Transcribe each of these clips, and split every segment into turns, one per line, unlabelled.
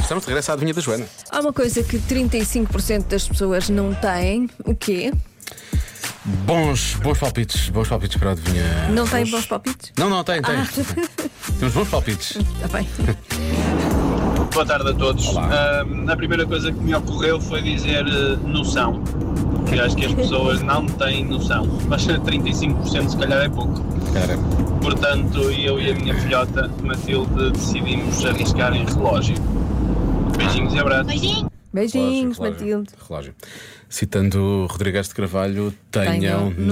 Estamos de regresso à adivinha da Joana.
Há uma coisa que 35% das pessoas não têm, o quê?
Bons, bons palpites, bons palpites para adivinhar.
Não têm bons palpites? Ah,
Não, não, tem, tem. Temos bons palpites.
Está Tá bem.
Boa tarde a todos. Ahm, a primeira coisa que me ocorreu foi dizer eh, noção. Eu acho que as pessoas não têm noção. Mas 35% se calhar é pouco.
Cara,
Portanto, eu e a minha filhota Matilde decidimos arriscar em relógio. Beijinhos e abraços.
Beijinhos,
relógio,
Matilde.
Relógio. Citando Rodrigues de Carvalho, tenham
Tenham
noção.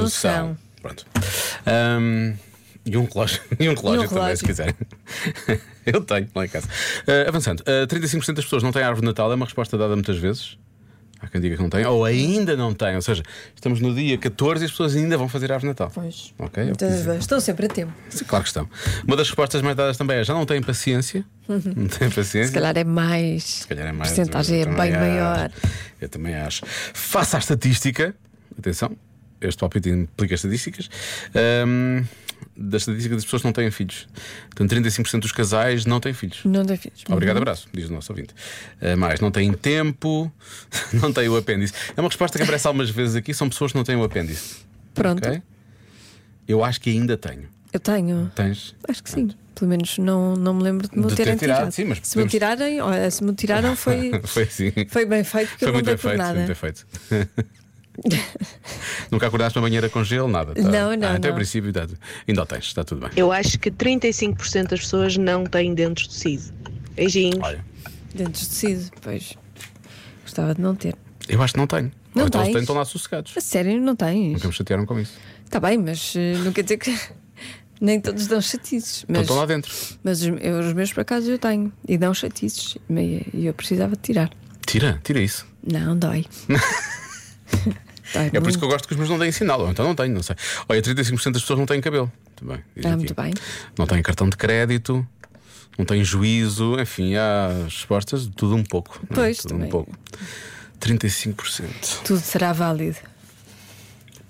noção.
Pronto. Ahm, e um relógio, e um relógio também,
relógio.
se quiserem. Eu tenho lá em casa. Ah, avançando, ah, 35% das pessoas não têm árvore de Natal, é uma resposta dada muitas vezes. Há quem diga que não tem, ou ainda não tem. Ou seja, estamos no dia 14 e as pessoas ainda vão fazer árvore de Natal.
Pois.
Ok, é o que
Muitas vezes. Estão sempre a tempo.
Sim, claro que estão. Uma das respostas mais dadas também é: já não têm paciência. Não têm paciência.
Se calhar é mais.
Se calhar é mais.
A porcentagem é
Eu também
bem
acho.
maior.
Eu também acho. Faça a estatística. Atenção, este palpite implica estatísticas. Ahm, da estatística das pessoas que não têm filhos. Então, 35% dos casais não têm filhos.
Não dá filhos.
Obrigado, abraço, diz o nosso ouvinte. Ah, mais, não têm tempo, não têm o apêndice. É uma resposta que aparece algumas vezes aqui: são pessoas que não têm o apêndice.
Pronto.
Ok? Eu acho que ainda tenho.
Eu tenho.
Tens?
Acho que sim. Pelo menos não, não me lembro de me
De ter
terem
tirado,
tirado.
sim, mas
se me
podemos-
tirarem, olha, se me tiraram foi,
Foi assim.
foi bem feito porque
Foi
eu não
muito
dei
bem
por
feito,
nada.
muito bem feito. Nunca acordaste uma banheira com gelo, nada. tá?
Não, não,
Ah, até o
não.
princípio tá- ainda o tens, está tudo bem.
Eu acho que 35% das pessoas não têm dentes de siso. Beijinhos.
Olha,
Dentes de tecido, pois. Gostava de não ter.
eu acho que não tenho.
Não
Ou então se
tens?
têm, estão lá sossegados.
A sério, não tens?
Nunca me chatearam com isso. Então
Está bem, mas eh, não quer dizer que. Nem todos dão chatices.
Então
Mas,
estão lá dentro.
mas os, eu- os meus, por acaso, eu tenho. E dão chatices. E e eu precisava de tirar.
Tira, tira isso.
Não, dói. dói
É por isso
muito.
que eu gosto que os meus não deem sinal. Ou então não tenho, não sei. Olha, 35% das pessoas não têm cabelo. Muito bem. diz
Ah,
aqui.
muito bem.
Não têm cartão de crédito. Não têm juízo, enfim, há respostas de tudo um pouco. não é?
Pois,
tudo um
também.
pouco. 35%.
Tudo será válido.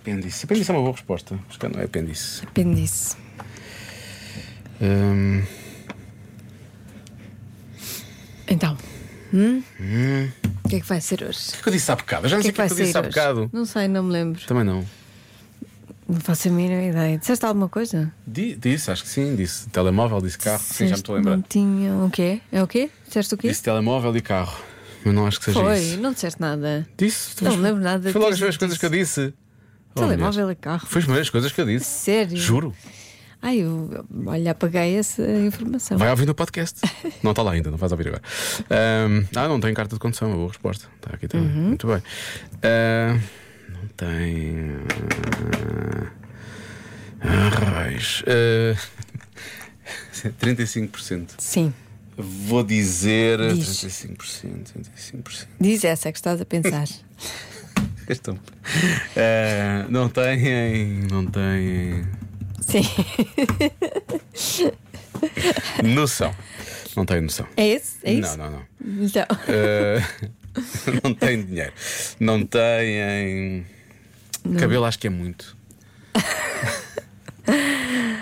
Apêndice. Apêndice é uma boa resposta. Acho que não é apêndice.
Depende disso.
Hum,
Então. Hum? O que é que vai ser hoje?
que eu disse há bocado? Eu já
O
não
que
sei
é
Hum. o que, é
que vai
que eu
ser
disse há
hoje?
bocado.
Não sei, não me lembro.
Também não.
Não faço a mínima ideia. Disseste alguma coisa?
Di- disse, acho que sim. Disse telemóvel, disse carro. Sim, Ah, já me estou a
Disseste
lembrar.
Não tinha. O quê? É o quê? Disseste o quê?
Disse telemóvel e carro. Mas não acho que seja
Foi,
isso.
não disseste nada.
Disse? tu
Não
vês-
me lembro nada
Foi logo
de
as primeiras
ter
coisas que eu disse. Oh, mulheres.
Telemóvel e carro.
Foi as primeiras coisas que eu disse.
Sério?
Juro.
Ai, eu, olha, apaguei essa informação.
Vai ouvir no podcast. não está lá ainda, não vais ouvir agora. Ahm, ah, não tem carta de condução, é boa resposta. Está aqui também.
Uhum.
Muito bem. Ah, não tem. Ah, raios. Ah, 35%.
Sim,
Vou dizer.
Diz.
35%. 35%.
diz essa que estás a pensar.
Estão... Ah, não têm. Não têm.
Sim,
Noção. Não têm noção.
é esse? É isso?
Não, não, não.
Então,
Eh, não tem dinheiro. Não têm. Cabelo, acho que é muito.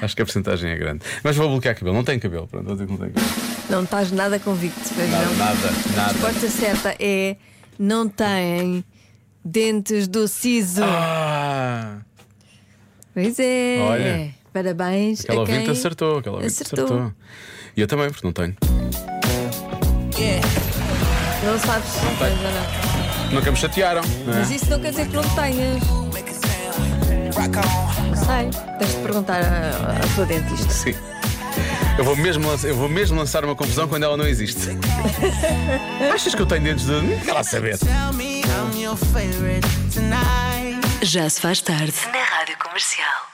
acho que a porcentagem é grande. Mas vou bloquear cabelo. Não tem cabelo. Pronto, vou dizer que não tem cabelo.
não estás nada convicto, pois
Nada,
não.
nada,
A
nada.
resposta certa é: não tem dentes do siso.
Ah!
Pois é.
Olha.
Parabéns.
Aquela
a quem...
ouvinte acertou. Aquela ouvinte acertou.
acertou.
E eu também, porque não tenho.
Não sabes. Pois é, não.
Nunca me chatearam. não é?
Mas isso não quer dizer que não tenhas. Não Sei. Tens de perguntar à, à tua dentista.
Sim. Eu vou, mesmo lançar, eu vou mesmo lançar uma confusão quando ela não existe. Achas que eu tenho dentes de. Quer lá saber.
Tell me I'm your favorite tonight.
Já se faz tarde na Rádio Comercial.